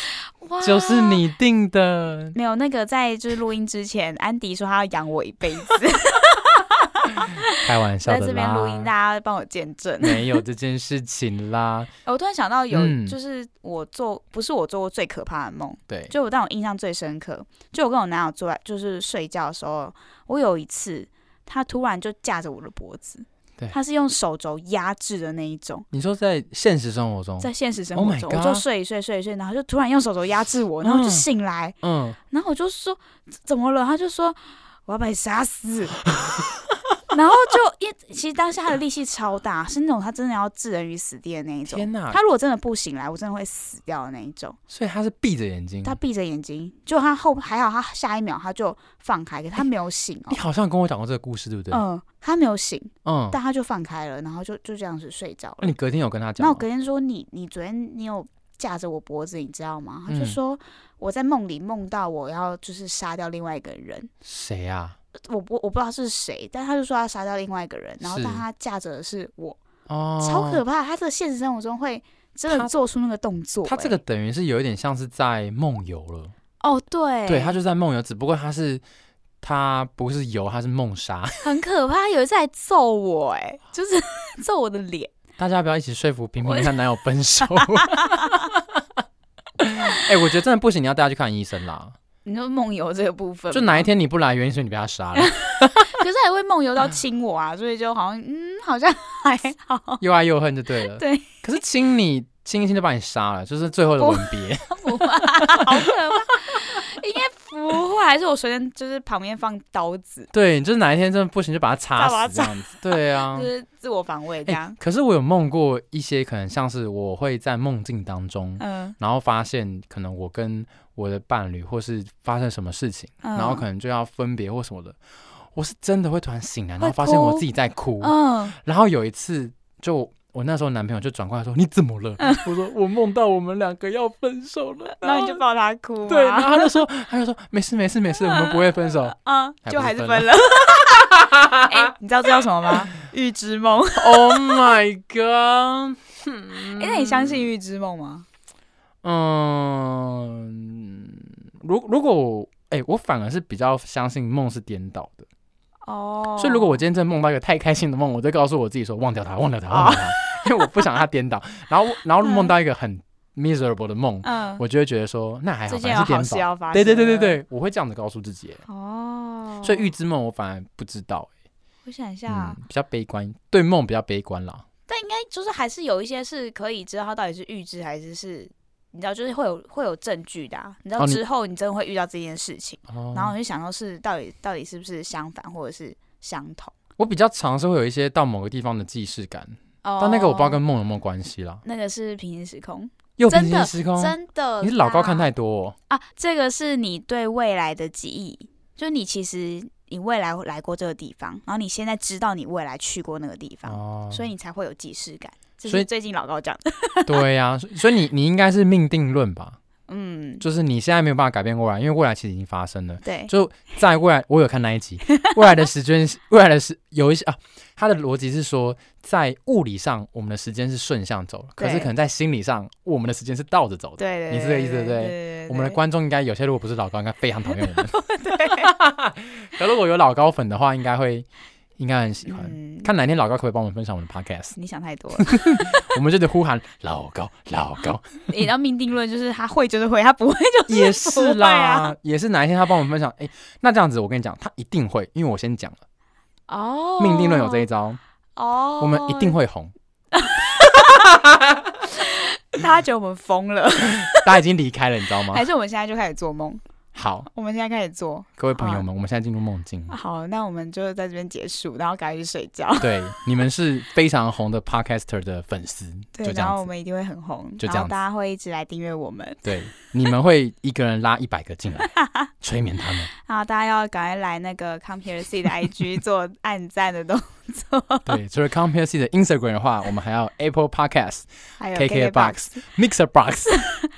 Speaker 2: 哇
Speaker 1: 就是你订的，
Speaker 2: 没有那个在就是录音之前，安迪说他要养我一辈 子，
Speaker 1: 开玩笑
Speaker 2: 在
Speaker 1: 的
Speaker 2: 这边录音，大
Speaker 1: 啦，
Speaker 2: 家帮我见证。
Speaker 1: 没有这件事情啦。
Speaker 2: 我突然想到有，
Speaker 1: 嗯
Speaker 2: 就是我做不是我做过最可怕的梦，
Speaker 1: 对，
Speaker 2: 就我让我印象最深刻，就我跟我男友做就是睡觉的时候，我有一次他突然就架着我的脖子
Speaker 1: 对，
Speaker 2: 他是用手肘压制的那一种，
Speaker 1: 你说在现实生活中，
Speaker 2: 在现实生
Speaker 1: Oh
Speaker 2: 活
Speaker 1: my
Speaker 2: 中
Speaker 1: God
Speaker 2: 我就睡一睡睡一睡，然后就突然用手肘压制我，然后我就
Speaker 1: 嗯
Speaker 2: 醒来，
Speaker 1: 嗯，
Speaker 2: 然后我就说怎么了？他就说我要把你 杀死。然后就因其实当下他的力气超大，是那种他真的要置人于死地的那一种。
Speaker 1: 天哪，
Speaker 2: 他如果真的不醒来，我真的会死掉的那一种。
Speaker 1: 所以他是闭着眼睛，
Speaker 2: 他闭着眼睛，就他后还好，他下一秒他就放开，可他没有醒哦
Speaker 1: 你。好像跟我讲过这个故事， 对不对？
Speaker 2: 嗯，他没有醒，
Speaker 1: 嗯，
Speaker 2: 但他就放开了，然后就就这样子睡着
Speaker 1: 那
Speaker 2: 了。
Speaker 1: 你隔天有跟他讲哦
Speaker 2: 那
Speaker 1: 吗？
Speaker 2: 我隔天说你你昨天你有架着我脖子，你知道吗？他就
Speaker 1: 嗯
Speaker 2: 说我在梦里梦到我要就是杀掉另外一个人，
Speaker 1: 谁啊？
Speaker 2: 我不我不知道是谁，但他就说他杀掉另外一个人，然后
Speaker 1: 是
Speaker 2: 但他架着的是我，
Speaker 1: 哦，
Speaker 2: 超可怕。他这个现实生活中会真的
Speaker 1: 他
Speaker 2: 做出那个动作、
Speaker 1: 他这个
Speaker 2: 欸
Speaker 1: 等于是有一点像是在梦游了，
Speaker 2: 哦，对
Speaker 1: 对，他就在梦游，只不过他是它不是油，它是梦沙。
Speaker 2: 很可怕。有一次还揍我、哎， 就是揍我的脸。
Speaker 1: 大家不要一起说服平平和男友分 手。 哎、我觉得真的不行，你要带他去看医生啦。
Speaker 2: 你说梦游这个部分吗，
Speaker 1: 就哪一天你不来，原因是你被他杀 了，
Speaker 2: 可是还会梦游到亲我 啊，所以就好像嗯，好像还好，
Speaker 1: 又爱又恨就对了。
Speaker 2: 对。
Speaker 1: 可是亲你亲一亲就把你杀了，就是最后的
Speaker 2: 不
Speaker 1: 吻别。
Speaker 2: 不怕，好可怕， 应该不会，还是我随便就是旁边放刀子，
Speaker 1: 对，就是哪一天真的不行就把他插
Speaker 2: 再把
Speaker 1: 死这
Speaker 2: 他插
Speaker 1: 样子。对啊
Speaker 2: 就。是自我防卫这
Speaker 1: 哎、
Speaker 2: 样。
Speaker 1: 可是我有梦过一些，可能像是我会在梦境当中，
Speaker 2: 嗯，
Speaker 1: 然后发现可能我跟我的伴侣，或是发生什么事情，
Speaker 2: 嗯
Speaker 1: 然后可能就要分别或什么的，我是真的会突然醒来，然
Speaker 2: 会
Speaker 1: 后发现我
Speaker 2: 哭
Speaker 1: 自己在哭。
Speaker 2: 嗯，
Speaker 1: 然后有一次就，我那时候男朋友就转过来说：“你怎么了？”
Speaker 2: 嗯
Speaker 1: 我说：“我梦到我们两个要分手了。”
Speaker 2: 然后你就抱他哭，啊
Speaker 1: 对，然，后他就说，他就说没事没事没事，我们不会分 手。
Speaker 2: 嗯，
Speaker 1: 还
Speaker 2: 就
Speaker 1: 不是
Speaker 2: 还是
Speaker 1: 分
Speaker 2: 分了。 哎，你知道这叫什么 吗？预知梦。
Speaker 1: oh my god！
Speaker 2: 哎，那你相信预知梦吗？
Speaker 1: 嗯，如如果我哎、我反而是比较相信梦是颠倒的，
Speaker 2: 哦，
Speaker 1: 所以如果我今天真的梦到一个太开心的梦，我就告诉我自己说忘掉它，忘掉它，
Speaker 2: 哦
Speaker 1: 忘掉它， 因为我不想让它颠 倒。然后然后梦到一个很 miserable 的梦，
Speaker 2: 嗯，
Speaker 1: 我就会觉得说那还好，
Speaker 2: 最
Speaker 1: 反
Speaker 2: 近
Speaker 1: 正是
Speaker 2: 有好啊
Speaker 1: 颠
Speaker 2: 事
Speaker 1: 倒。
Speaker 2: 要发生，
Speaker 1: 对对对对。对，我会这样子告诉自己。
Speaker 2: 哦，
Speaker 1: 所以预知梦我反而不知道，
Speaker 2: 我想一下
Speaker 1: 嗯
Speaker 2: 啊，，
Speaker 1: 比较悲观，对梦比较悲观啦。
Speaker 2: 但应该就是还是有一些是可以知道它到底是预知还是是，你知道就是会有会有证据的、啊，你知道
Speaker 1: 哦你
Speaker 2: 之后你真的会遇到这件事情，
Speaker 1: 哦
Speaker 2: 然后你就想说是到底到底是不是相反或者是相同。
Speaker 1: 我比较常是会有一些到某个地方的既视感，
Speaker 2: 哦
Speaker 1: 但那个我不知道跟梦有没有关系啦。
Speaker 2: 那个是平行时空，
Speaker 1: 又
Speaker 2: 真
Speaker 1: 平
Speaker 2: 的
Speaker 1: 行时空，
Speaker 2: 真的
Speaker 1: 哦你是老高
Speaker 2: 啦
Speaker 1: 看太多、哦。
Speaker 2: 啊，这个是你对未来的记忆，就你其实你未来来过这个地方，然后你现在知道你未来去过那个地方，
Speaker 1: 哦，
Speaker 2: 所以你才会有既视感。这
Speaker 1: 所以
Speaker 2: 是最近老高讲的，
Speaker 1: 对呀、所所以你你应该是命定论吧？
Speaker 2: 嗯，
Speaker 1: 就是你现在没有办法改变未来，因为未来其实已经发生了。
Speaker 2: 对，
Speaker 1: 就在未来，我有看那一 集，未来的时间，未来的时有一些啊，它的逻辑是说，在物理上我们的时间是顺向走，可是
Speaker 2: 对
Speaker 1: 可能在心理上，我们的时间是倒着走的。
Speaker 2: 对对，
Speaker 1: 你是这个意思对不对
Speaker 2: 对
Speaker 1: 我们的
Speaker 2: 对
Speaker 1: 观众应该有些，如果不是老高，应该非常讨厌 我们。
Speaker 2: 对，
Speaker 1: 可如果有老高粉的话，应该会应该很喜欢。
Speaker 2: 嗯，
Speaker 1: 看哪天老高可不可以帮我们分享我们的 podcast，
Speaker 2: 你想太 多了。
Speaker 1: 我们就得呼喊老高老 高，
Speaker 2: 你知道命定论就是他会就是会，他不会就是
Speaker 1: 也
Speaker 2: 不
Speaker 1: 是
Speaker 2: 会啊。
Speaker 1: 啦，也是哪一天他帮我们分享，哎、那这样子我跟你讲，他一定会，因为我先讲了，
Speaker 2: 哦，
Speaker 1: 命定论有这一招，
Speaker 2: 哦，
Speaker 1: 我们一 定。会红。
Speaker 2: 大家觉得我们疯了，
Speaker 1: 大家已经离开了，你知道吗
Speaker 2: 还？是我们现在就开始做梦？
Speaker 1: 好，
Speaker 2: 我们现在开始做。啊
Speaker 1: 各位朋友们，我们现在进入梦境。
Speaker 2: 好，那我们就在这边结束，然后赶快去睡觉。
Speaker 1: 对，你们是非常红的 podcaster 的粉丝，就这
Speaker 2: 对，然后
Speaker 1: 样
Speaker 2: 我
Speaker 1: 子。
Speaker 2: 们一定会很红，
Speaker 1: 就这样子
Speaker 2: 然后大家会一直来订阅我们。
Speaker 1: 对，你们会一个人拉一百个进 来，催眠他们。
Speaker 2: 然后大家要赶快来那个 Compare C 的 IG 做 按赞的动作，
Speaker 1: 对，除了 Compare C 的 Instagram 的话，我们还有 Apple
Speaker 2: 哦
Speaker 1: Podcast、
Speaker 2: 还有
Speaker 1: KKBox
Speaker 2: KKBox、
Speaker 1: Mixer Box、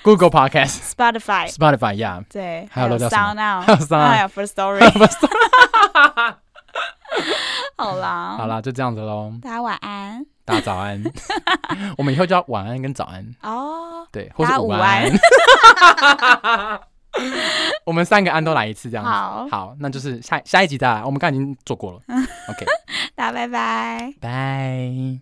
Speaker 1: Google Podcast、
Speaker 2: Spotify，
Speaker 1: Spotify 呀、
Speaker 2: 对，
Speaker 1: 还有那叫什
Speaker 2: Sound
Speaker 1: 么
Speaker 2: Now，
Speaker 1: 还有 Sound
Speaker 2: 还有 First Story。好啦，
Speaker 1: 好，啦，就这样子喽，
Speaker 2: 大家晚安
Speaker 1: 大家早 安。我们以后叫晚安跟早安，
Speaker 2: 哦。
Speaker 1: 对，或
Speaker 2: 大
Speaker 1: 是
Speaker 2: 家午
Speaker 1: 安。 我们三个安都来一次，这样子。
Speaker 2: 好，嗯
Speaker 1: 好，那就是下下一集再来，我们刚刚已经做过了。OK，
Speaker 2: 大家拜拜。
Speaker 1: 拜。